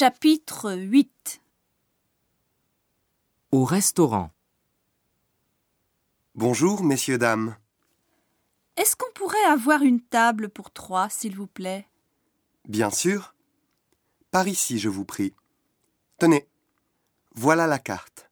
Chapitre 8 Au restaurant. Bonjour, messieurs, dames. Est-ce qu'on pourrait avoir une table pour trois, s'il vous plaît Bien sûr. Par ici, je vous prie. Tenez, voilà la carte.